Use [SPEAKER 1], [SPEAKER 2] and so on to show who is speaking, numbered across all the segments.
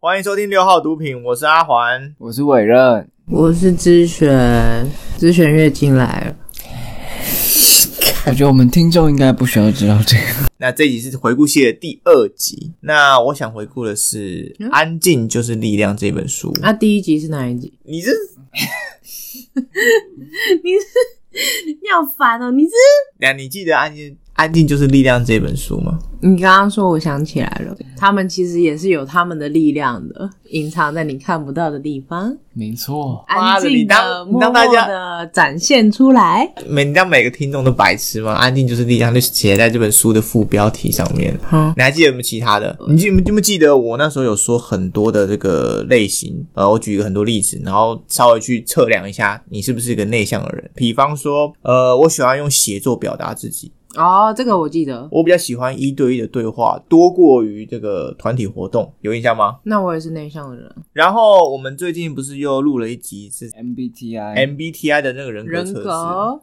[SPEAKER 1] 欢迎收听六号毒品，我是阿环。
[SPEAKER 2] 我是伟任，
[SPEAKER 3] 我是知璇，知璇月经来了，
[SPEAKER 2] 我觉得我们听众应该不需要知道这个。
[SPEAKER 1] 那这集是回顾系的第二集。那我想回顾的是《安静就是力量》这本书。
[SPEAKER 3] 那、第一集是哪一集？
[SPEAKER 1] 你这
[SPEAKER 3] 你是你好烦哦！你是
[SPEAKER 1] 那你记得《安静安静就是力量》这本书吗？
[SPEAKER 3] 你刚刚说，我想起来了，他们其实也是有他们的力量的，隐藏在你看不到的地方，
[SPEAKER 2] 没错，
[SPEAKER 1] 妈
[SPEAKER 3] 安
[SPEAKER 1] 的
[SPEAKER 3] 静的、
[SPEAKER 1] 你当你
[SPEAKER 3] 默
[SPEAKER 1] 当大
[SPEAKER 3] 默
[SPEAKER 1] 家
[SPEAKER 3] 的展现出来。
[SPEAKER 1] 每你当每个听众都白痴吗？《安静就是力量》就写在这本书的副标题上面。
[SPEAKER 3] 嗯
[SPEAKER 1] 你还记得有没有其他的？你记你记不记得我那时候有说很多的这个类型？呃，我举一个很多例子，然后稍微去测量一下你是不是一个内向的人。比方说，呃，我喜欢用写作表达自己，
[SPEAKER 3] 哦，这个我记得。
[SPEAKER 1] 我比较喜欢一对一的对话，多过于这个团体活动，有印象吗？
[SPEAKER 3] 那我也是内向的人，
[SPEAKER 1] 然后我们最近不是又录了一集是
[SPEAKER 2] MBTI
[SPEAKER 1] MBTI 的那个人格
[SPEAKER 3] 人
[SPEAKER 1] 测试，
[SPEAKER 3] 格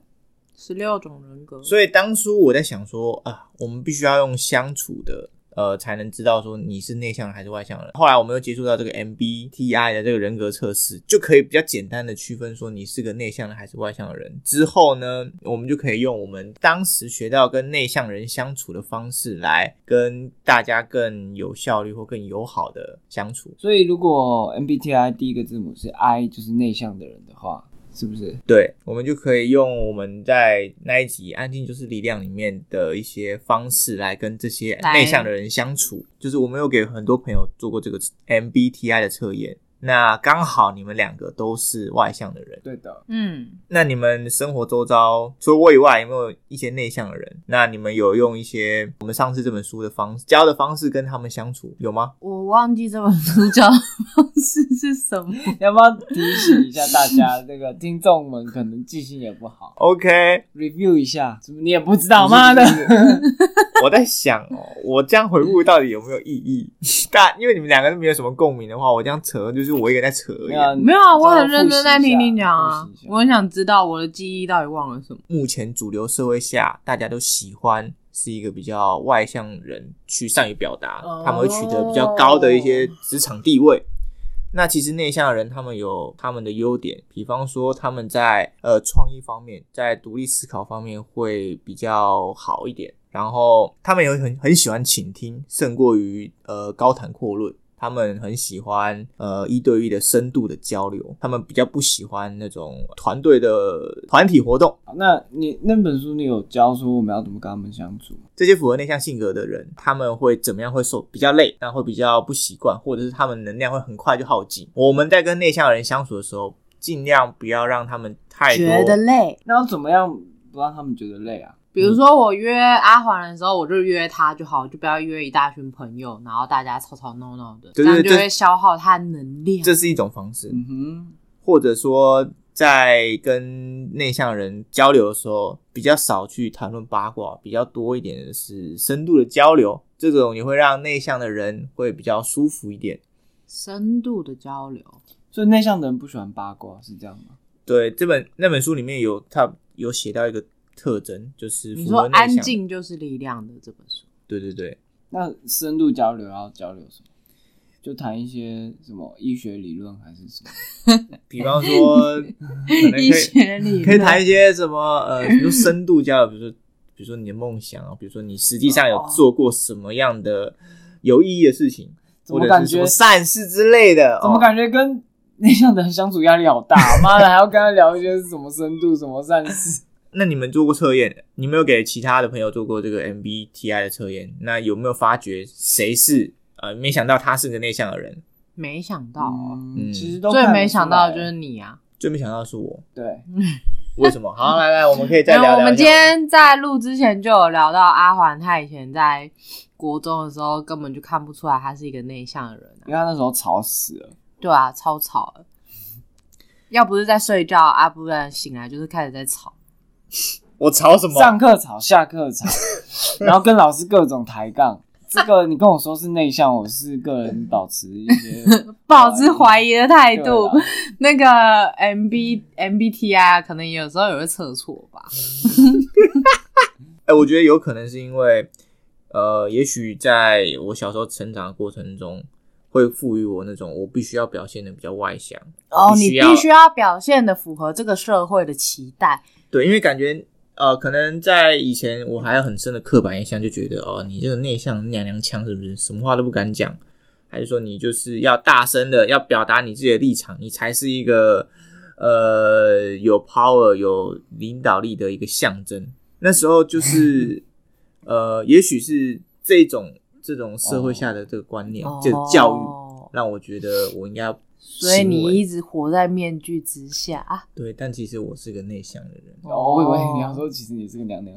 [SPEAKER 3] 十六种人格，
[SPEAKER 1] 所以当初我在想说啊，我们必须要用相处的。呃，才能知道说你是内向人还是外向人。后来我们又接触到这个 MBTI 的这个人格测试，就可以比较简单的区分说你是个内向人还是外向的人。之后呢，我们就可以用我们当时学到跟内向人相处的方式来跟大家更有效率或更友好的相处。
[SPEAKER 2] 所以如果 MBTI 第一个字母是 I，就是内向的人的话，是不是？
[SPEAKER 1] 对，我们就可以用我们在那一集《安静就是力量》里面的一些方式来跟这些
[SPEAKER 3] 来
[SPEAKER 1] 内向的人相处。就是我们有给很多朋友做过这个 MBTI 的测验，那刚好你们两个都是外向的人，
[SPEAKER 2] 对的，
[SPEAKER 3] 嗯，
[SPEAKER 1] 那你们生活周遭除了我以外，有没有一些内向的人？那你们有用一些我们上次这本书的方教的方式跟他们相处，有吗？
[SPEAKER 3] 我忘记这本书叫 的方式是什么。
[SPEAKER 2] 要不要提醒一下大家？这个听众们可能记性也不好
[SPEAKER 1] OK，
[SPEAKER 2] ，review 一下，怎么你也不知道？妈的，
[SPEAKER 1] 我在想哦，我这样回顾到底有没有意义？但因为你们两个都没有什么共鸣的话，我这样扯就是我一个人在扯而
[SPEAKER 2] 没
[SPEAKER 1] 已。
[SPEAKER 2] 有
[SPEAKER 3] 没有啊，我很认真在听你
[SPEAKER 2] 你
[SPEAKER 3] 讲啊，我很想知道我的记忆到底忘了什么。
[SPEAKER 1] 目前主流社会下，大家都喜欢是一个比较外向人去善于表达
[SPEAKER 3] 哦，
[SPEAKER 1] 他们会取得比较高的一些职场地位。那其实内向的人，他们有他们的优点，比方说他们在呃创意方面，在独立思考方面会比较好一点，然后他们也很很喜欢倾听，胜过于呃高谈阔论。他们很喜欢呃一对一的深度的交流，他们比较不喜欢那种团队的团体活动。
[SPEAKER 2] 那你那本书你有教说我们要怎么跟他们相处吗？
[SPEAKER 1] 这些符合内向性格的人，他们会怎么样？会受比较累，那会比较不习惯，或者是他们能量会很快就耗尽。我们在跟内向人相处的时候，尽量不要让他们太多。
[SPEAKER 3] 觉得累。
[SPEAKER 2] 那要怎么样不让他们觉得累啊？
[SPEAKER 3] 比如说我约阿环的时候，我就约他就好，就不要约一大群朋友，然后大家吵吵闹闹的，
[SPEAKER 1] 对
[SPEAKER 3] 这
[SPEAKER 1] 对
[SPEAKER 3] 样就
[SPEAKER 1] 这
[SPEAKER 3] 会消耗他的能量。
[SPEAKER 1] 这是一种方式，
[SPEAKER 2] 嗯哼，
[SPEAKER 1] 或者说在跟内向人交流的时候，比较少去谈论八卦，比较多一点的是深度的交流。这种也会让内向的人会比较舒服一点。
[SPEAKER 3] 深度的交流，
[SPEAKER 2] 所以内向的人不喜欢八卦，是这样吗？
[SPEAKER 1] 对，这本那本书里面有他有写到一个特征，就是
[SPEAKER 3] 你
[SPEAKER 1] 符
[SPEAKER 3] 说
[SPEAKER 1] 合内
[SPEAKER 3] 安
[SPEAKER 1] 向。
[SPEAKER 3] 静就是力量的这本书，
[SPEAKER 1] 对对对。
[SPEAKER 2] 那深度交流要交流什么？就谈一些什么医学理论还是什 么？
[SPEAKER 1] 比方 说，可能可
[SPEAKER 3] 医
[SPEAKER 1] 以
[SPEAKER 3] 学理
[SPEAKER 1] 可以
[SPEAKER 3] 论
[SPEAKER 1] 谈一些什么呃，比如说深度交流，比如说比如说你的梦想啊，比如说你实际上有做过什么样的有意义的事情，
[SPEAKER 2] 怎
[SPEAKER 1] 或
[SPEAKER 2] 么
[SPEAKER 1] 者
[SPEAKER 2] 感
[SPEAKER 1] 是什
[SPEAKER 2] 觉？
[SPEAKER 1] 么善事之类的。
[SPEAKER 2] 怎么
[SPEAKER 1] 哦
[SPEAKER 2] 感觉跟内向的人相处压力好大？啊妈的，还要跟他聊一些什么深度、什么善事？
[SPEAKER 1] 那你们做过测验？你没有给其他的朋友做过这个 MBTI 的测验？那有没有发觉谁是呃，没想到他是个内向的人，
[SPEAKER 3] 没想到哦，
[SPEAKER 2] 嗯，
[SPEAKER 1] 嗯
[SPEAKER 2] 其实都
[SPEAKER 3] 最
[SPEAKER 2] 看得
[SPEAKER 3] 没想到的
[SPEAKER 2] 出
[SPEAKER 3] 就
[SPEAKER 2] 来
[SPEAKER 3] 是你啊。
[SPEAKER 1] 最没想到是我，
[SPEAKER 2] 对，
[SPEAKER 1] 为什么？好，来来，我们可以再
[SPEAKER 3] 因为
[SPEAKER 1] 聊聊一下。
[SPEAKER 3] 我们今天在录之前就有聊到阿环，他以前在国中的时候根本就看不出来他是一个内向的人、啊
[SPEAKER 2] 因为。他那时候吵死了。
[SPEAKER 3] 对啊，超吵的。要不是在睡觉啊，不然醒来就是开始在吵。
[SPEAKER 1] 我吵什么？
[SPEAKER 2] 上课吵，下 课吵，然后跟老师各种抬杠。这个你跟我说是内向，我是个人保持一些
[SPEAKER 3] 保持怀疑的态
[SPEAKER 2] 对
[SPEAKER 3] 度
[SPEAKER 2] 啦，
[SPEAKER 1] 啊
[SPEAKER 3] 那个 MB MBTI 啊可能有时候也会测错吧。
[SPEAKER 1] 哎、我觉得有可能是因为，呃，也许在我小时候成长的过程中，会赋予我那种我必须要表现的比较外向。
[SPEAKER 3] 哦，
[SPEAKER 1] 必
[SPEAKER 3] 你
[SPEAKER 1] 须要
[SPEAKER 3] 必须要表现的符合这个社会的期待，
[SPEAKER 1] 对，因为感觉呃，可能在以前我还有很深的刻板印象，就觉得哦，你这个内向娘娘腔是不是什么话都不敢讲？还是说你就是要大声的要表达你自己的立场，你才是一个呃有 power 有领导力的一个象征？那时候就是呃，也许是这种这种社会下的这个观念，这种教育
[SPEAKER 3] 哦
[SPEAKER 1] 让我觉得我应该要行为。
[SPEAKER 3] 所以你一直活在面具之下啊！
[SPEAKER 1] 对，但其实我是个内向的人。
[SPEAKER 2] 哦，我以为你要说，其实你是个娘娘。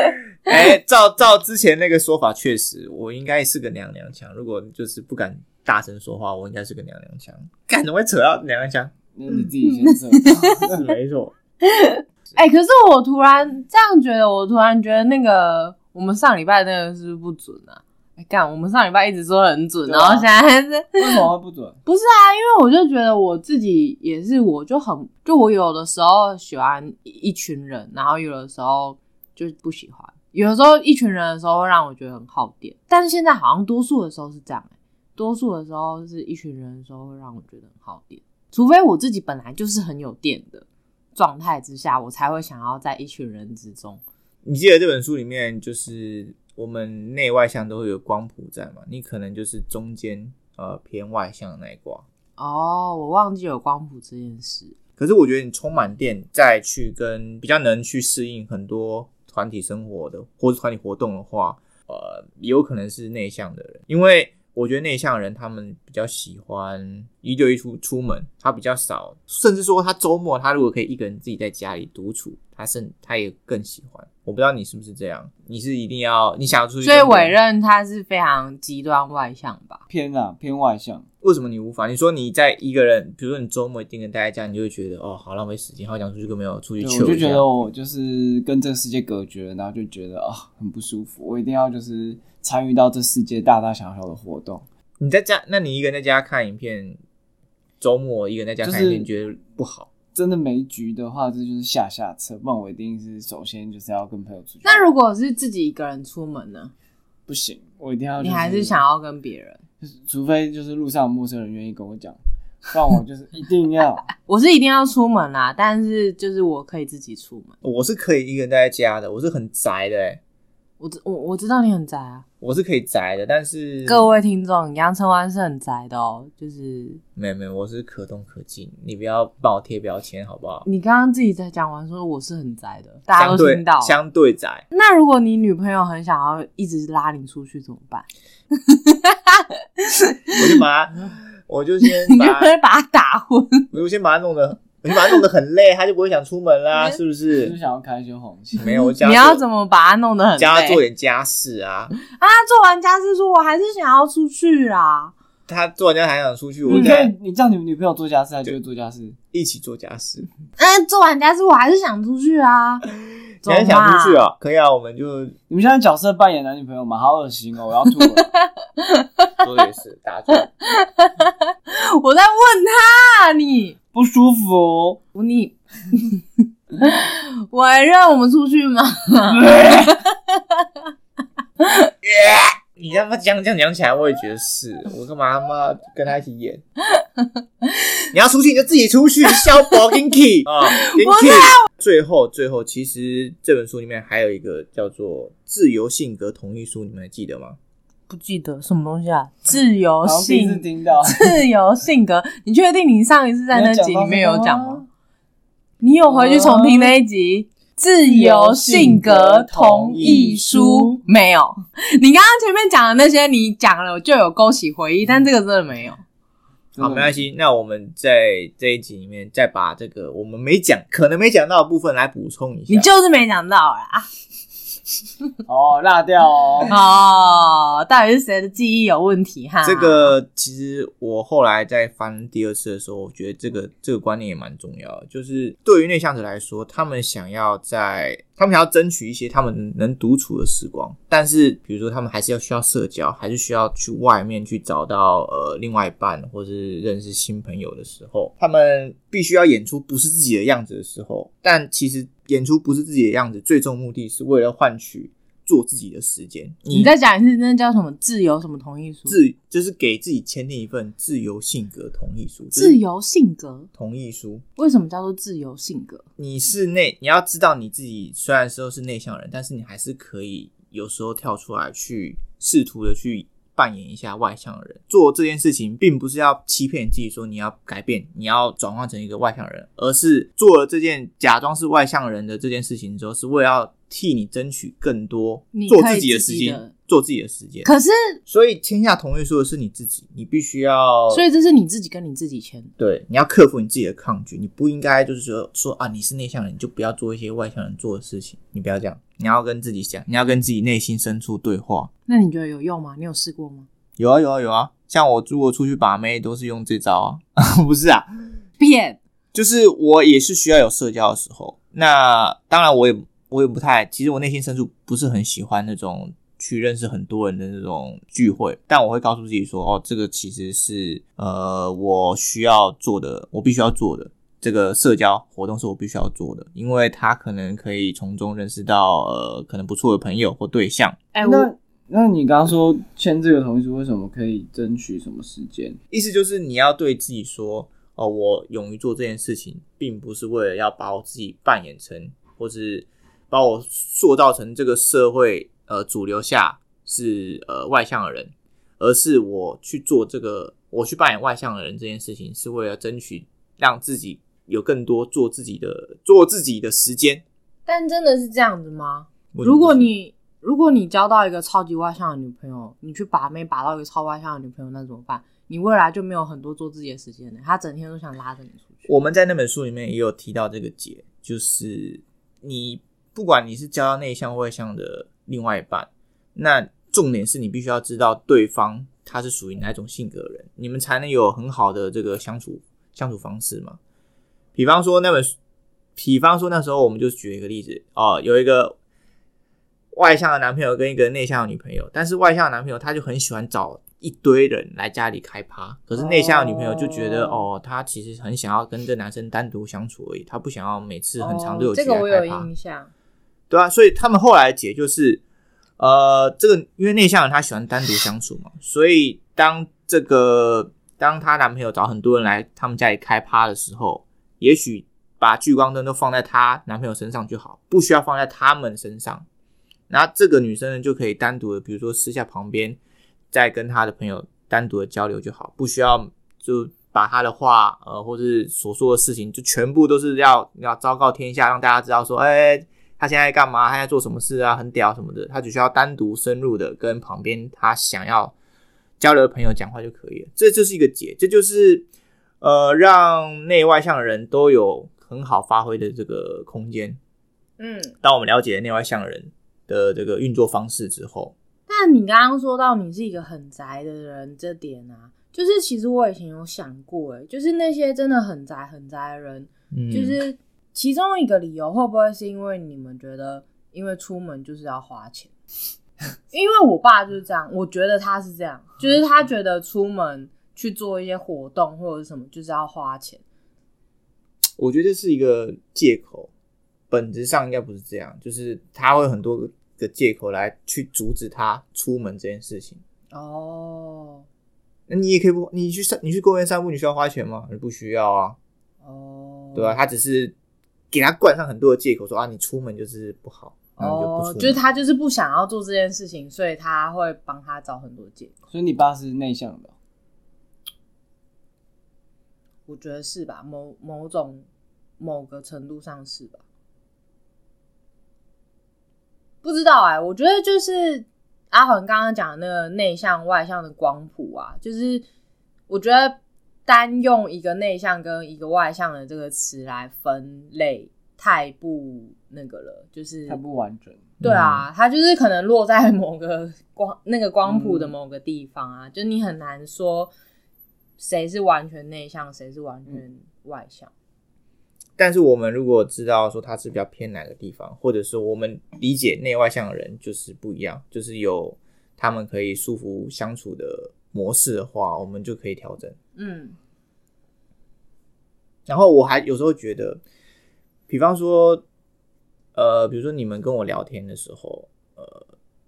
[SPEAKER 1] 哎、照照之前那个说法，确实我应该是个娘娘腔。如果就是不敢大声说话，我应该是个娘娘腔。干，怎么会扯到娘娘腔？
[SPEAKER 2] 那你自己先设定。
[SPEAKER 1] 是没错。
[SPEAKER 3] 哎、可是我突然这样觉得，我突然觉得那个我们上礼拜那个是不是不准啊？哎、干，我们上礼拜一直说很准，
[SPEAKER 2] 对
[SPEAKER 3] 然
[SPEAKER 2] 啊
[SPEAKER 3] 后现在是
[SPEAKER 2] 为什么会不准？
[SPEAKER 3] 不是啊，因为我就觉得我自己也是，我就很就我有的时候喜欢一群人，然后有的时候就不喜欢。有的时候一群人的时候会让我觉得很耗电，但是现在好像多数的时候是这样、欸，多数的时候是一群人的时候会让我觉得很耗电，除非我自己本来就是很有电的状态之下，我才会想要在一群人之中。
[SPEAKER 1] 你记得这本书里面，就是我们内外向都会有光谱在嘛？你可能就是中间呃偏外向的那一卦。
[SPEAKER 3] 哦，我忘记有光谱这件事。
[SPEAKER 1] 可是我觉得你充满电，再去跟比较能去适应很多团体生活的或是团体活动的话，呃，也有可能是内向的人，因为我觉得内向的人他们比较喜欢一对一出出门，他比较少，甚至说他周末他如果可以一个人自己在家里独处，他甚他也更喜欢。我不知道你是不是这样，你是一定要你想要出去，
[SPEAKER 3] 所以委任他是非常极端外向吧？
[SPEAKER 2] 偏啊，偏外向。
[SPEAKER 1] 为什么你无法？你说你在一个人，比如说你周末一定跟大家家，你就会觉得哦，好浪费时间，好想出去跟朋友出去
[SPEAKER 2] 对，
[SPEAKER 1] chill
[SPEAKER 2] 我就
[SPEAKER 1] 一下
[SPEAKER 2] 觉得我就是跟这个世界隔绝了，然后就觉得啊、很不舒服。我一定要就是参与到这世界大大小小的活动，
[SPEAKER 1] 你在家，那你一个人在家看影片，周末一个人在家看影片，你觉得不好？
[SPEAKER 2] 真的没局的话，这就是下下策。不然我一定是首先就是要跟朋友出去。
[SPEAKER 3] 那如果是自己一个人出门呢？
[SPEAKER 2] 不行，我一定要、
[SPEAKER 3] 你还是想，要跟别人？
[SPEAKER 2] 就是除非就是路上有陌生人愿意跟我讲，不然我就是一定要。
[SPEAKER 3] 我是一定要出门啦，但是就是我可以自己出门。
[SPEAKER 1] 我是可以一个人待在家的，我是很宅的、欸，
[SPEAKER 3] 我知我我知道你很宅啊，
[SPEAKER 1] 我是可以宅的，但是
[SPEAKER 3] 各位听众，杨承欢是很宅的哦。就是
[SPEAKER 1] 没有没有，我是可动可静，你不要帮我贴标签好不好？
[SPEAKER 3] 你刚刚自己在讲完说我是很宅的，大家
[SPEAKER 1] 相
[SPEAKER 3] 都
[SPEAKER 1] 对
[SPEAKER 3] 听到。
[SPEAKER 1] 相对宅，
[SPEAKER 3] 那如果你女朋友很想要一直拉你出去怎么办？
[SPEAKER 1] 我就 把它，我就先
[SPEAKER 3] 你 就
[SPEAKER 1] 把它，
[SPEAKER 3] 会把她打昏。
[SPEAKER 1] 我就先把它弄得，我就把它弄得很累，他就不会想出门 啦，是不
[SPEAKER 2] 就是
[SPEAKER 1] 是？
[SPEAKER 2] 想要开一些红线，
[SPEAKER 1] 没有，我叫
[SPEAKER 3] 你要
[SPEAKER 1] 么
[SPEAKER 3] 怎么把她弄得很
[SPEAKER 1] 叫他做
[SPEAKER 3] 累
[SPEAKER 1] 点家事啊？
[SPEAKER 3] 啊？做完家事说，我还是想要出去啊啦。
[SPEAKER 1] 他做完家事还想出 去，我
[SPEAKER 2] 你
[SPEAKER 1] 就
[SPEAKER 2] 可
[SPEAKER 1] 在
[SPEAKER 2] 以，你叫你女朋友做家事，她就会做家事。
[SPEAKER 1] 一起做家事。
[SPEAKER 3] 嗯，做完家事我还是想出去啊。
[SPEAKER 1] 你还想出去
[SPEAKER 3] 啊？
[SPEAKER 1] 啊？可以啊，我们就
[SPEAKER 2] 你们现在角色扮演男女朋友吗？好恶心哦，我要吐了。
[SPEAKER 1] 说的也是打住。
[SPEAKER 3] 我在问他、你
[SPEAKER 2] 不舒 服。哦
[SPEAKER 3] 你委任我们出去吗？
[SPEAKER 1] 你他妈讲讲讲起来，我也觉得是我干嘛他妈跟他一起演？ 你要出去你就自己出去，肖博 Kinky 啊，Kinky。最后最后，其实这本书里面还有一个叫做《自由性格同意书》，你们还记得吗？
[SPEAKER 3] 不记得什么东西啊？自由
[SPEAKER 2] 好像第一次
[SPEAKER 3] 性，
[SPEAKER 2] 听到，
[SPEAKER 3] 自由性格。你确定你上一次在那集里面有讲吗？？你有回去重听那一集？自由性格同意书没有？你刚刚前面讲的那些，你讲了就有勾起回忆，但这个真的没有。
[SPEAKER 1] 好，没关
[SPEAKER 2] 系。
[SPEAKER 1] 系。那我们在这一集里面再把这个我们没讲、可能没讲到的部分来补充一下。
[SPEAKER 3] 你就是没讲到啊啦。
[SPEAKER 2] 哦，辣掉哦。
[SPEAKER 3] 哦，到底是谁的记忆有问题哈？
[SPEAKER 1] 这个其实我后来在翻第二次的时候，我觉得这个这个观念也蛮重要的，就是对于内向者来说，他们想要在他们想要争取一些他们能独处的时光，但是比如说他们还是要需要社交，还是需要去外面去找到呃另外一半或是认识新朋友的时候，他们必须要演出不是自己的样子的时候，但其实演出不是自己的样子，最终目的是为了换取做自己的时间。
[SPEAKER 3] 你再讲一次，那叫什么自由什么同意书？
[SPEAKER 1] 自就是给自己签订一份自由性格同意书，就是
[SPEAKER 3] 自由性格
[SPEAKER 1] 同意书。
[SPEAKER 3] 为什么叫做自由性格？
[SPEAKER 1] 你是内，你要知道你自己虽然说是内向人，但是你还是可以有时候跳出来去试图的去扮演一下外向人。做这件事情，并不是要欺骗你自己说你要改变，你要转换成一个外向人，而是做了这件假装是外向人的这件事情之后，是为了要替你争取更多
[SPEAKER 3] 你
[SPEAKER 1] 做
[SPEAKER 3] 可以
[SPEAKER 1] 自己的
[SPEAKER 3] 自
[SPEAKER 1] 时
[SPEAKER 3] 己
[SPEAKER 1] 间
[SPEAKER 3] 的，
[SPEAKER 1] 做自己的时间。
[SPEAKER 3] 可是，
[SPEAKER 1] 所以签下同意书的是你自己，你必须要
[SPEAKER 3] 所以这是你自己跟你自己签的。
[SPEAKER 1] 对，你要克服你自己的抗拒，你不应该就是说说啊，你是内向人，你就不要做一些外向人做的事情，你不要这样，你要跟自己讲，你要跟自己内心深处对话。
[SPEAKER 3] 那你觉得有用吗？你有试过吗？
[SPEAKER 1] 有啊有啊有啊，像我如果出去把妹都是用这招啊， 不是啊，
[SPEAKER 3] 变
[SPEAKER 1] 就是我也是需要有社交的时候。那当然，我也我也不太，其实我内心深处不是很喜欢那种去认识很多人的那种聚会，但我会告诉自己说，哦，这个其实是呃我需要做的，我必须要做的。这个社交活动是我必须要做的，因为它可能可以从中认识到呃可能不错的朋友或对象。
[SPEAKER 3] 哎、
[SPEAKER 2] 那
[SPEAKER 3] 我
[SPEAKER 2] 那你刚刚说签这个同意书，为什么可以争取什么时间？
[SPEAKER 1] 意思就是你要对自己说，哦，我勇于做这件事情，并不是为了要把我自己扮演成，或是把我塑造成这个社会呃主流下是呃外向的人，而是我去做这个，我去扮演外向的人这件事情，是为了争取让自己有更多做自己的做自己的时间。
[SPEAKER 3] 但真的是这样子吗？
[SPEAKER 1] 为什么
[SPEAKER 3] 如果
[SPEAKER 1] 不是
[SPEAKER 3] 你如果你交到一个超级外向的女朋友，你去把妹把到一个超外向的女朋友，那怎么办？你未来就没有很多做自己的时间了，她整天都想拉着你出去。
[SPEAKER 1] 我们在那本书里面也有提到这个结，就是你不管你是交到内向或外向的另外一半，那重点是你必须要知道对方他是属于哪一种性格的人，你们才能有很好的这个相处相处方式嘛。比方说那本书，比方说那时候我们就举一个例子哦，有一个外向的男朋友跟一个内向的女朋友，但是外向的男朋友他就很喜欢找一堆人来家里开趴，可是内向的女朋友就觉得
[SPEAKER 2] 哦
[SPEAKER 1] 哦，她其实很想要跟这男生单独相处而已，她不想要每次很长都
[SPEAKER 3] 哦
[SPEAKER 1] 有
[SPEAKER 3] 这
[SPEAKER 1] 机
[SPEAKER 3] 个
[SPEAKER 1] 会
[SPEAKER 3] 我
[SPEAKER 1] 开
[SPEAKER 3] 有
[SPEAKER 1] 趴。
[SPEAKER 3] 印象。
[SPEAKER 1] 对啊，所以他们后来解就是，呃，这个因为内向人他喜欢单独相处嘛，所以当这个当她男朋友找很多人来他们家里开趴的时候，也许把聚光灯都放在她男朋友身上就好，不需要放在他们身上。然后这个女生呢，就可以单独的，比如说私下旁边再跟她的朋友单独的交流就好，不需要就把她的话，呃，或是所说的事情，就全部都是要要昭告天下，让大家知道说，哎、她现在在干嘛，她在做什么事啊，很屌什么的。她只需要单独深入的跟旁边她想要交流的朋友讲话就可以了。这就是一个解，这就是呃，让内外向的人都有很好发挥的这个空间。
[SPEAKER 3] 嗯，
[SPEAKER 1] 当我们了解内外向人的这个运作方式之后，
[SPEAKER 3] 那你刚刚说到你是一个很宅的人，这点啊，就是其实我以前有想过、欸，就是那些真的很宅很宅的人，
[SPEAKER 1] 嗯，
[SPEAKER 3] 就是其中一个理由会不会是因为你们觉得，因为出门就是要花钱？ 因为我爸就是这样，我觉得他是这 样，就是他觉得出门去做一些活动或者什么就是要花钱。
[SPEAKER 1] 我觉得这是一个借口，本质上应该不是这样，就是他会有很多个借口来去阻止他出门这件事情。
[SPEAKER 3] 哦
[SPEAKER 1] 那你也可以不，你去散，你去公园散步，你需要花钱吗？你不需要啊，
[SPEAKER 3] 哦，
[SPEAKER 1] 对吧、啊他只是给他冠上很多的借口，说啊，你出门就是不好，然后你就不出
[SPEAKER 3] 哦，
[SPEAKER 1] 门。
[SPEAKER 3] 就是他就是不想要做这件事情，所以他会帮他找很多借口。
[SPEAKER 2] 所以你爸是内向的哦，
[SPEAKER 3] 我觉得是吧？某某种某个程度上是吧？不知道哎、我觉得就是阿环刚刚讲的那个内向外向的光谱啊，就是我觉得单用一个内向跟一个外向的这个词来分类太不那个了，就是
[SPEAKER 2] 他不完整。
[SPEAKER 1] 嗯
[SPEAKER 3] 对啊，它就是可能落在某个光那个光谱的某个地方啊，就你很难说谁是完全内向，谁是完全外向。
[SPEAKER 1] 但是我们如果知道说他是比较偏哪个地方，或者是我们理解内外向的人就是不一样，就是有他们可以舒服相处的模式的话，我们就可以调整。
[SPEAKER 3] 嗯，
[SPEAKER 1] 然后我还有时候觉得，比方说，呃，比如说你们跟我聊天的时候，呃，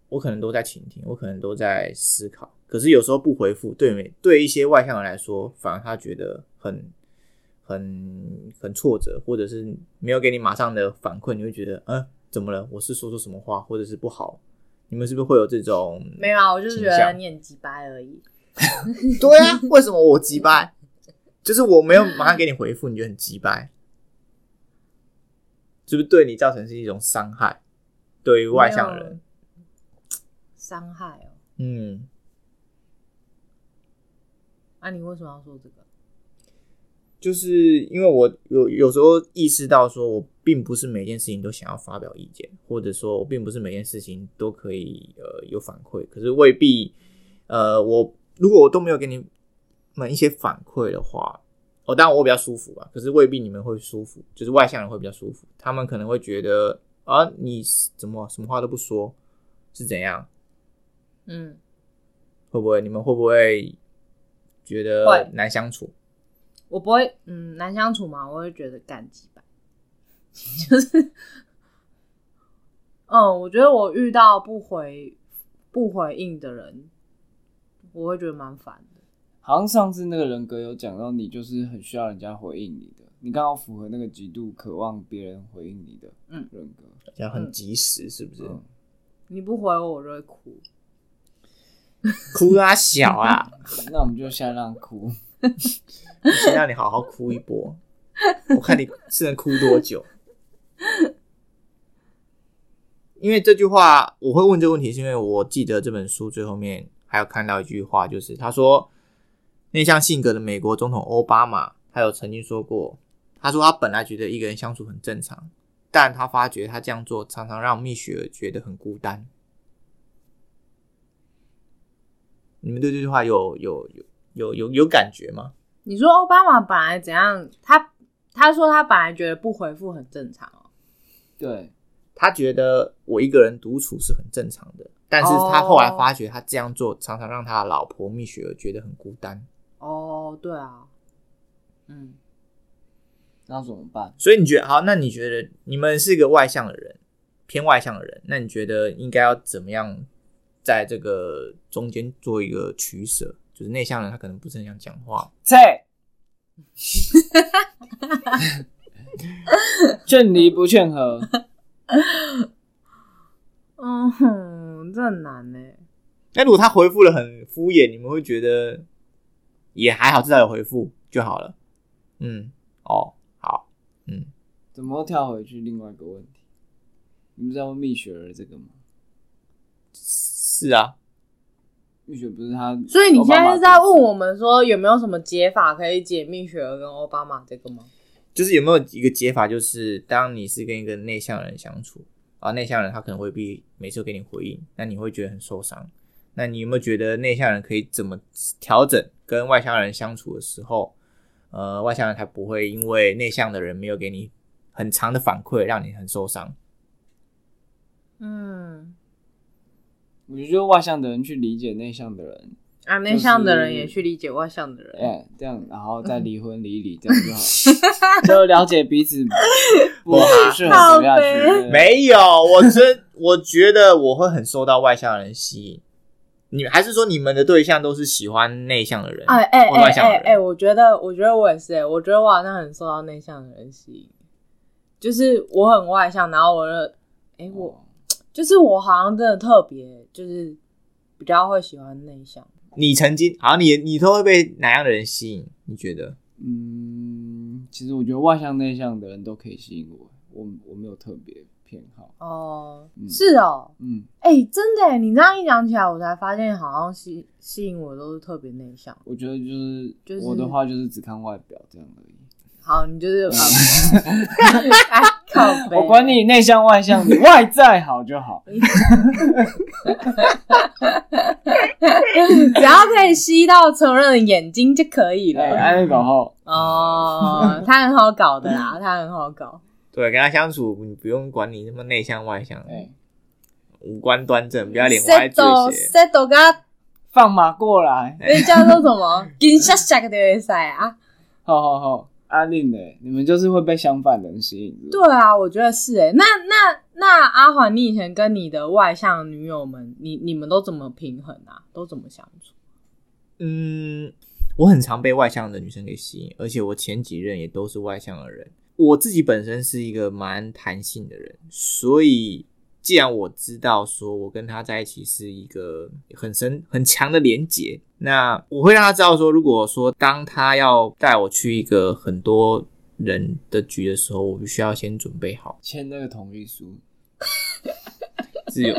[SPEAKER 1] 我可能都在倾听，我可能都在思考。可是有时候不回复，对没对一些外向人来说，反而他觉得很很很挫折，或者是没有给你马上的反馈，你会觉得，嗯，怎么了？我是说错什么话，或者是不好？你们是不是会有这种？
[SPEAKER 3] 没有啊，我就是觉
[SPEAKER 1] 倾
[SPEAKER 3] 得
[SPEAKER 1] 向
[SPEAKER 3] 你很鸡掰而已。
[SPEAKER 1] 对啊，为什么我鸡掰？就是我没有马上给你回复，你就很鸡掰，是不是对你造成是一种伤害？对于外向人，
[SPEAKER 3] 啊伤害哦，
[SPEAKER 1] 嗯，
[SPEAKER 3] 那、啊你为什么要说这个？
[SPEAKER 1] 就是因为我有有时候意识到，说我并不是每件事情都想要发表意见，或者说我并不是每件事情都可以呃有反馈，可是未必呃我如果我都没有给你们一些反馈的话，哦，当然我比较舒服吧，可是未必你们会舒服，就是外向人会比较舒服，他们可能会觉得啊你怎么什么话都不说是怎样，
[SPEAKER 3] 嗯，
[SPEAKER 1] 会不会你们会不会觉得
[SPEAKER 3] 会
[SPEAKER 1] 难相处？
[SPEAKER 3] 我不会，嗯，难相处嘛，我会觉得干鸡掰，就是， 嗯，我觉得我遇到不回不回应的人，我会觉得蛮烦的。
[SPEAKER 2] 好像上次那个人格有讲到，你就是很需要人家回应你的，你刚好符合那个极度渴望别人回应你的
[SPEAKER 3] 嗯
[SPEAKER 2] 人格。
[SPEAKER 1] 这样很及时是不是？
[SPEAKER 2] 嗯
[SPEAKER 3] 你不回我，我就会哭。
[SPEAKER 1] 哭啊小啊，
[SPEAKER 2] 那我们就先让哭，
[SPEAKER 1] 我先让你好好哭一波，我看你是能哭多久。因为这句话，我会问这个问题，是因为我记得这本书最后面还有看到一句话，就是他说，内向性格的美国总统奥巴马，他有曾经说过，他说他本来觉得一个人相处很正常，但他发觉他这样做常常让蜜雪儿觉得很孤单。你们对这句话有有有有有有感觉吗？
[SPEAKER 3] 你说奥巴马本来怎样？他他说他本来觉得不回复很正常哦。
[SPEAKER 2] 对，
[SPEAKER 1] 他觉得我一个人独处是很正常的，但是他后来发觉他这样做常常让他的老婆蜜雪儿觉得很孤单，
[SPEAKER 3] 哦，对啊，嗯，
[SPEAKER 2] 那怎么办？
[SPEAKER 1] 所以你觉得好？那你觉得你们是一个外向的人，偏外向的人，那你觉得应该要怎么样在这个中间做一个取舍？就是内向人他可能不是很想讲话，
[SPEAKER 2] 菜，劝离不劝和，
[SPEAKER 3] 嗯哼，这很难呢。
[SPEAKER 1] 那如果他回复了很敷衍，你们会觉得也还好，至少有回复就好了。嗯，哦，好，嗯，
[SPEAKER 2] 怎么又跳回去另外一个问题？你们知道蜜雪儿这个吗？
[SPEAKER 1] 是啊，
[SPEAKER 2] 蜜雪不是她，
[SPEAKER 3] 所以你现在是在问
[SPEAKER 2] 我？
[SPEAKER 3] 我们说有没有什么解法可以解密雪儿跟奥巴马这个吗？
[SPEAKER 1] 就是有没有一个解法，就是当你是跟一个内向人相处啊，内向人他可能未必每次都给你回应，那你会觉得很受伤。那你有没有觉得内向人可以怎么调整跟外向人相处的时候，呃，外向人才不会因为内向的人没有给你很长的反馈，让你很受伤？
[SPEAKER 3] 嗯，
[SPEAKER 2] 我觉得就外向的人去理解内向的人，
[SPEAKER 3] 啊，内向的人也去理解外向的人。
[SPEAKER 2] 哎、
[SPEAKER 1] 嗯
[SPEAKER 2] 这样然后再离婚离一离，这样就好， 就了解彼此不适合走下去。对
[SPEAKER 1] 没有，我真我觉得我会很受到外向人吸引。你还是说你们的对象都是喜欢内向的人？
[SPEAKER 3] 哎哎
[SPEAKER 1] 或外
[SPEAKER 3] 哎
[SPEAKER 1] 向的
[SPEAKER 3] 哎
[SPEAKER 1] 人
[SPEAKER 3] 哎，我觉得，我觉得我也是哎、我觉得我好像很受到内向的人吸引，就是我很外向，然后我的，哎、
[SPEAKER 1] 哦
[SPEAKER 3] 我就是我好像真的特别，就是比较会喜欢内向。
[SPEAKER 1] 你曾经好，你你都会被哪样的人吸引？你觉得？
[SPEAKER 2] 嗯，其实我觉得外向内向的人都可以吸引我，我我没有特别偏好。
[SPEAKER 3] 哦，
[SPEAKER 2] 嗯
[SPEAKER 3] 是哦，
[SPEAKER 2] 嗯，
[SPEAKER 3] 哎、真的、欸，你这样一讲起来，我才发现好像吸吸引我都是特别内向。
[SPEAKER 2] 我觉得就是、
[SPEAKER 3] 就是
[SPEAKER 2] 我的话就是只看外表这样而已。
[SPEAKER 3] 好，你就是， 啊 哎，靠北，
[SPEAKER 2] 我管你内向外向，你外在好就好。
[SPEAKER 3] 只要可以吸到承认的眼睛就可以了。
[SPEAKER 2] 哎，安利搞后，
[SPEAKER 3] 哦，他很好搞的 啦，他很好搞。
[SPEAKER 1] 对，跟他相处，你不用管你那么内向外向，
[SPEAKER 2] 哎，
[SPEAKER 1] 五官端正，不要脸歪
[SPEAKER 3] set
[SPEAKER 1] 嘴斜。
[SPEAKER 3] set 跟他
[SPEAKER 2] 放马过来，
[SPEAKER 3] 那叫做什么？金闪闪的会使啊？
[SPEAKER 2] 好好好，阿令的，你们就是会被相反的人吸引。是不是，
[SPEAKER 3] 对啊，我觉得是哎、那那那阿环，你以前跟你的外向女友们，你你们都怎么平衡啊？都怎么相处？
[SPEAKER 1] 嗯，我很常被外向的女生给吸引，而且我前几任也都是外向的人。我自己本身是一个蛮弹性的人，所以既然我知道说我跟她在一起是一个很深很强的连结，那我会让她知道说，如果说当她要带我去一个很多人的局的时候，我必须要先准备好。
[SPEAKER 2] 签那个同意书，
[SPEAKER 1] 自由。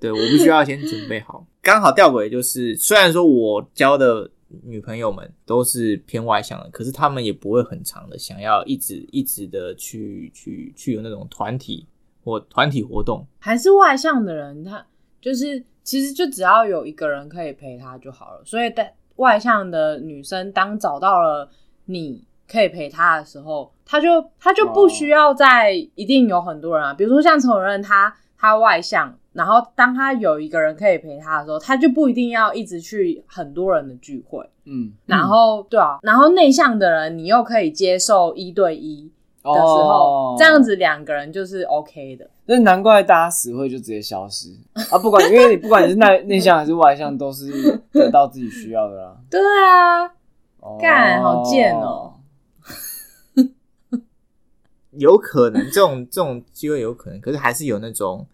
[SPEAKER 1] 对我必须要先准备好。刚好吊诡的就是，虽然说我交的女朋友们都是偏外向的，可是她们也不会很长的想要一直一直的去去去有那种团体或团体活动。
[SPEAKER 3] 还是外向的人，他就是其实就只要有一个人可以陪他就好了。所以，在外向的女生当找到了你可以陪她的时候，她就她就不需要在一定有很多人啊。比如说像陈友任，他他外向，然后当他有一个人可以陪他的时候，他就不一定要一直去很多人的聚会。
[SPEAKER 2] 嗯，
[SPEAKER 3] 然后、对啊，然后内向的人，你又可以接受一对一的
[SPEAKER 2] 的
[SPEAKER 3] 时
[SPEAKER 2] 哦
[SPEAKER 3] 候，这样，子两个人就是 OK 的。
[SPEAKER 2] 那难怪大家死会就直接消失啊！不管，因为你 不管你是内内向还是外向，都是得到自己需要的啦。
[SPEAKER 3] 对啊，
[SPEAKER 2] 哦
[SPEAKER 3] 干好贱哦！
[SPEAKER 1] 有可能这种这种机会有可能，可是还是有那种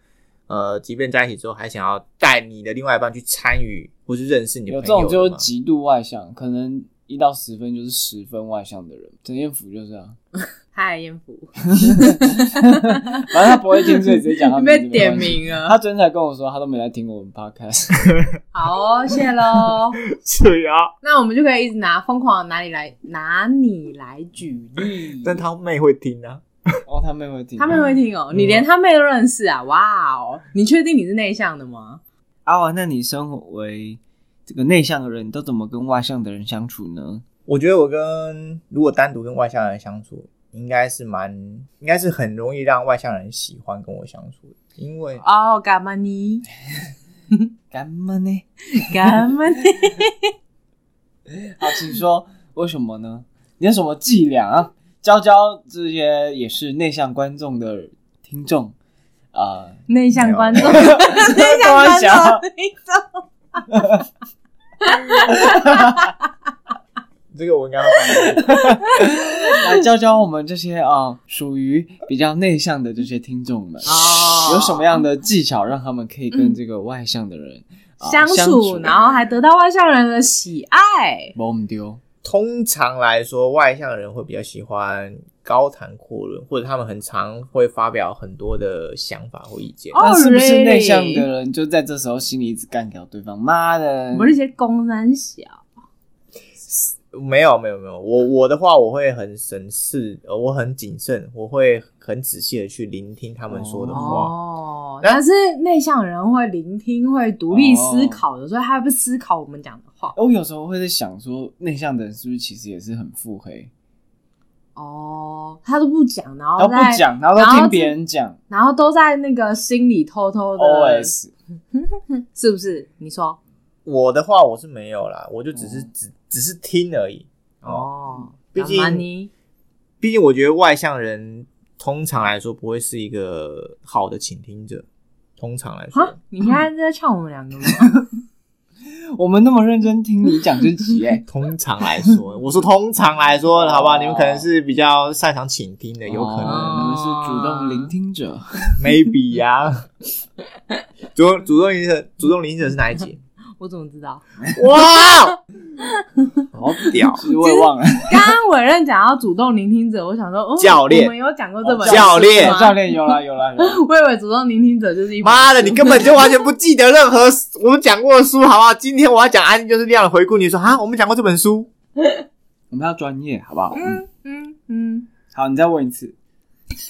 [SPEAKER 1] 呃，即便在一起之后，还想要带你的另外一半去参与或是认识你的
[SPEAKER 2] 有这
[SPEAKER 1] 朋友
[SPEAKER 2] 种就是
[SPEAKER 1] 的嘛
[SPEAKER 2] 极度外向，可能一到十分就是十分外向的人，陈彦甫就是这样。
[SPEAKER 3] 嗨，艳福，
[SPEAKER 2] 反正他不会听，所以直接讲他
[SPEAKER 3] 你
[SPEAKER 2] 名字
[SPEAKER 3] 被点。
[SPEAKER 2] 没关系
[SPEAKER 3] 名了。
[SPEAKER 2] 他昨天才跟我说，他都没来听我们 podcast。
[SPEAKER 3] 好哦，谢喽。
[SPEAKER 1] 是啊，
[SPEAKER 3] 那我们就可以一直拿疯狂的哪里来拿你来举例。
[SPEAKER 1] 但他妹会听啊。
[SPEAKER 2] 哦，他妹会听。
[SPEAKER 3] 他妹会听
[SPEAKER 2] 嗯
[SPEAKER 3] 哦，你连他妹都认识啊！哇哦，你确定你是内向的吗？
[SPEAKER 2] 啊、那你身为这个内向的人，你都怎么跟外向的人相处呢？
[SPEAKER 1] 我觉得我跟如果单独跟外向人相处，应该是蛮，应该是很容易让外向人喜欢跟我相处的，因为
[SPEAKER 3] 哦，干嘛你？
[SPEAKER 2] 干嘛呢？
[SPEAKER 3] 干嘛你？
[SPEAKER 2] 好，请说为什么呢？你有什么伎俩啊？教教这些也是内向观众的听众啊，
[SPEAKER 3] 内向观众，
[SPEAKER 1] 没
[SPEAKER 3] 内
[SPEAKER 2] 开
[SPEAKER 3] 向 观
[SPEAKER 2] 玩笑
[SPEAKER 3] 众，听众
[SPEAKER 1] 这个我刚刚放进去
[SPEAKER 2] 来教教我们这些啊，属于比较内向的这些听众们，
[SPEAKER 3] 哦
[SPEAKER 2] 有什么样的技巧让他们可以跟这个外向的人、啊
[SPEAKER 3] 相处，然后还得到外向人的喜爱。
[SPEAKER 2] 把我们丢？
[SPEAKER 1] 通常来说，外向的人会比较喜欢高谈阔论，或者他们很常会发表很多的想法或意见。
[SPEAKER 3] 哦
[SPEAKER 2] 那是不是
[SPEAKER 3] really？
[SPEAKER 2] 内向的人就在这时候心里一直干掉对方？妈的！
[SPEAKER 3] 我们这些公人小，
[SPEAKER 1] 没有，没有，没有。我我的话，我会很审视，呃我很谨慎，我会很仔细的去聆听他们说的话。
[SPEAKER 3] 哦，但是内向人会聆听，会独立思考的，所以他会思考我们讲的话。
[SPEAKER 2] 我哦有时候会在想说，内向的人是不是其实也是很腹黑，
[SPEAKER 3] 哦，他都不讲，然
[SPEAKER 2] 然后
[SPEAKER 3] 后在
[SPEAKER 2] 不讲，然后
[SPEAKER 3] 然
[SPEAKER 2] 都
[SPEAKER 3] 后
[SPEAKER 2] 听
[SPEAKER 3] 自
[SPEAKER 2] 别人讲
[SPEAKER 3] 然后都在那个心里偷偷的
[SPEAKER 2] ，OS
[SPEAKER 3] 是不是？你说
[SPEAKER 1] 我的话，我是没有啦，我就只是
[SPEAKER 2] 哦
[SPEAKER 1] 只只是听而已。哦，
[SPEAKER 3] 哦，
[SPEAKER 1] 毕竟
[SPEAKER 3] 阿玛尼
[SPEAKER 1] 毕竟我觉得外向人通常来说不会是一个好的倾听者，通常来
[SPEAKER 3] 哈
[SPEAKER 1] 说，，，
[SPEAKER 3] 你现在是在呛我们两个吗？
[SPEAKER 2] 我们那么认真听你讲这集，哎
[SPEAKER 1] 通常来说，我说通常来说，好吧，
[SPEAKER 2] 哦
[SPEAKER 1] 你们可能是比较擅长倾听的，有可
[SPEAKER 2] 哦
[SPEAKER 1] 能
[SPEAKER 2] 你们是主动聆听者，
[SPEAKER 1] ，maybe 呀。主主动聆者，主动聆者是哪一集？
[SPEAKER 3] 我怎么知道？
[SPEAKER 1] 哇，哦好 屌！
[SPEAKER 2] 其实我也忘了。
[SPEAKER 3] 刚刚伟任讲到主动聆听者，我想说，哦，
[SPEAKER 1] 教练哦
[SPEAKER 3] 我们有讲过这本书吗
[SPEAKER 1] 教练
[SPEAKER 2] 教，练有啦有啦有啦，
[SPEAKER 3] 我以为主动聆听者就是一本
[SPEAKER 1] 妈的，
[SPEAKER 3] 书
[SPEAKER 1] 你根本就完全不记得任何我们讲过的书，好不好？今天我要讲安静就是量的回顾，你说啊，我们讲过这本书，
[SPEAKER 2] 我们要专业好不好？嗯
[SPEAKER 3] 嗯嗯，
[SPEAKER 2] 好，你再问一次。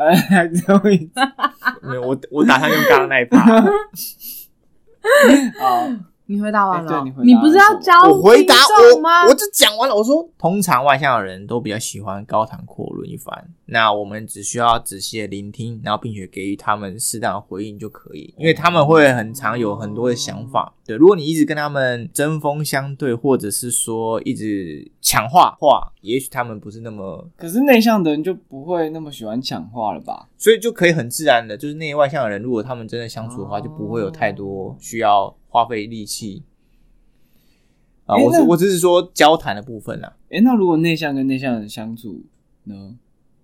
[SPEAKER 2] 来，再问一次。
[SPEAKER 1] 没有，我我打算用刚刚那一趴。
[SPEAKER 2] 好，
[SPEAKER 3] 你回答完
[SPEAKER 2] 哎
[SPEAKER 3] 了
[SPEAKER 2] 对
[SPEAKER 3] 哦，
[SPEAKER 2] 你回答
[SPEAKER 3] 你不是要
[SPEAKER 2] 了
[SPEAKER 3] 教
[SPEAKER 1] 我回答
[SPEAKER 3] 听众吗
[SPEAKER 1] 我，我？只讲完了。我说，通常外向的人都比较喜欢高谈阔论一番，那我们只需要仔细的聆听，然后并且给予他们适当的回应就可以，因为他们会很常有很多的想
[SPEAKER 2] 哦
[SPEAKER 1] 法。对，如果你一直跟他们针锋相对，或者是说一直强化话，也许他们不是那么。
[SPEAKER 2] 可是内向的人就不会那么喜欢抢话了吧？
[SPEAKER 1] 所以就可以很自然的，就是内外向的人，如果他们真的相处的话，就不会有太多需要花费力气。啊，
[SPEAKER 2] 诶
[SPEAKER 1] 我只
[SPEAKER 2] 那
[SPEAKER 1] 我只是说交谈的部分啊啦。
[SPEAKER 2] 诶、那如果内向跟内向人相处呢，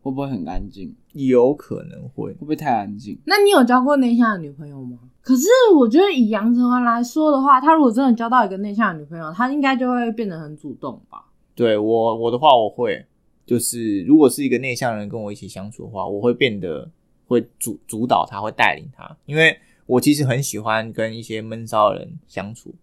[SPEAKER 2] 会不会很安静？
[SPEAKER 1] 有可能会
[SPEAKER 2] 会。不会太安静？
[SPEAKER 3] 那你有交过内向的女朋友吗？可是我觉得以杨丞琳来说的话，她如果真的交到一个内向的女朋友，她应该就会变得很主动吧？
[SPEAKER 1] 对我我的话，我会就是如果是一个内向人跟我一起相处的话，我会变得会主主导他，会带领他，因为我其实很喜欢跟一些闷骚的人相处，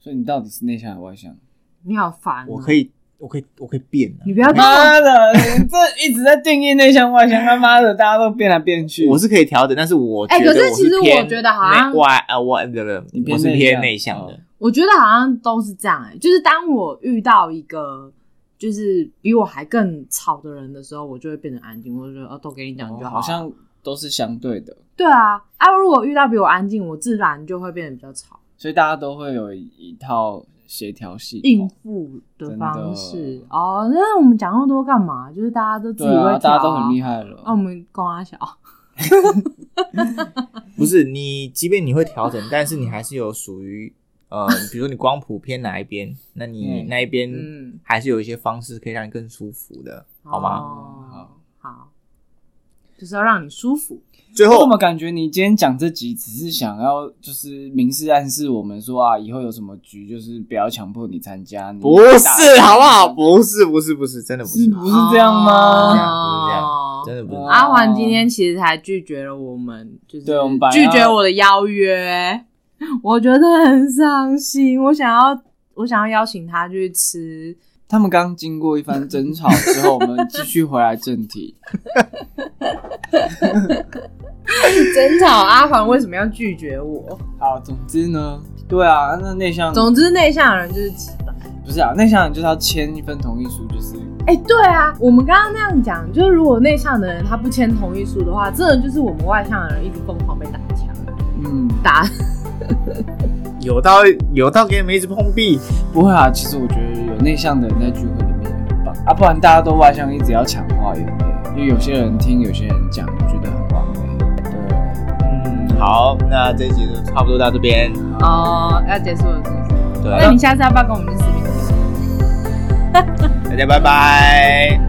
[SPEAKER 2] 所以你到底是内向还是 外向？
[SPEAKER 3] 你好烦、哦
[SPEAKER 1] 我可，以我可以我可以变、啊，
[SPEAKER 3] 嗯你不要
[SPEAKER 1] 我可以
[SPEAKER 3] 当
[SPEAKER 2] 妈的，你这一直在定义内向外向，他妈的，大家都变来变去。
[SPEAKER 1] 我是可以调整，但是我
[SPEAKER 3] 哎
[SPEAKER 1] 觉得
[SPEAKER 3] 可是
[SPEAKER 1] 我
[SPEAKER 3] 其实我
[SPEAKER 1] 偏
[SPEAKER 3] 觉得好像
[SPEAKER 1] 内外啊外不不
[SPEAKER 2] 你
[SPEAKER 1] 不，
[SPEAKER 2] 偏
[SPEAKER 1] 我是偏内
[SPEAKER 2] 内
[SPEAKER 1] 向
[SPEAKER 2] 向
[SPEAKER 1] 的
[SPEAKER 2] 哦，
[SPEAKER 3] 我觉得好像都是这样哎、就是当我遇到一个就是比我还更吵的人的时候，我就会变得安静，我就觉得哦，都给你讲
[SPEAKER 2] 哦
[SPEAKER 3] 就
[SPEAKER 2] 好
[SPEAKER 3] 好、
[SPEAKER 2] 像都是相对的，
[SPEAKER 3] 对啊，啊，如果遇到比我安静，我自然就会变得比较吵，
[SPEAKER 2] 所以大家都会有一套协调系
[SPEAKER 3] 应
[SPEAKER 2] 统。
[SPEAKER 3] 付的
[SPEAKER 2] 真的
[SPEAKER 3] 方式哦。那我们讲那么多干嘛？就是大家都自己
[SPEAKER 2] 对
[SPEAKER 3] 会、
[SPEAKER 2] 啊，大家都很厉
[SPEAKER 3] 害。
[SPEAKER 2] 害了。
[SPEAKER 1] 哦
[SPEAKER 3] 那、我们公阿小，
[SPEAKER 1] 不是你，即便你会调整，但是你还是有属于呃，比如说你光谱偏哪一边，那你
[SPEAKER 2] 嗯
[SPEAKER 1] 那一边
[SPEAKER 3] 嗯
[SPEAKER 1] 还是有一些方式可以让你更舒服的，好吗？
[SPEAKER 3] 哦
[SPEAKER 2] 好、
[SPEAKER 3] 好，就是要让你舒服。
[SPEAKER 1] 最
[SPEAKER 2] 我
[SPEAKER 1] 后
[SPEAKER 2] 怎么感觉你今天讲这集只是想要就是明示暗示我们说啊，以后有什么局就是不要强迫你参加，你
[SPEAKER 1] 不是好不好？不是不是不是，真的不是，
[SPEAKER 2] 是不嗯是这样
[SPEAKER 1] 哦不是这
[SPEAKER 2] 吗？
[SPEAKER 1] 样不是这
[SPEAKER 3] 哦
[SPEAKER 1] 样，真的不是这样。
[SPEAKER 3] 阿环今天其实还拒绝了我们，就是
[SPEAKER 2] 对我们本来
[SPEAKER 3] 拒
[SPEAKER 2] 要
[SPEAKER 3] 绝我的邀约，我觉得很伤心。我想要，我想要邀请他去吃，
[SPEAKER 2] 他们刚经过一番争吵之后，我们继续回来正题。
[SPEAKER 3] 争吵哦阿环为什么要拒绝我？
[SPEAKER 2] 好，总之呢，对啊，那内向
[SPEAKER 3] 总之，内向的人就是直白。
[SPEAKER 2] 不是啊，内向人就是要签一份同意书，就是
[SPEAKER 3] 哎、对啊，我们刚刚那样讲，就是如果内向的人他不签同意书的话，真的就是我们外向的人一直疯狂被打枪，
[SPEAKER 2] 嗯，
[SPEAKER 3] 打
[SPEAKER 1] 有到有到给你们一直碰壁，
[SPEAKER 2] 不会啊。其实我觉得有内向的人在聚会里面也很棒啊，不然大家都外向，一直要抢话也很累。就有些人听，有些人讲，我觉得很完美。对，
[SPEAKER 1] 嗯，好，那这一集就差不多到这边，
[SPEAKER 3] 哦，要结束了是不是？
[SPEAKER 1] 对，
[SPEAKER 3] 那你下次要不要跟我们去吃冰淇淋？
[SPEAKER 1] 大家拜拜。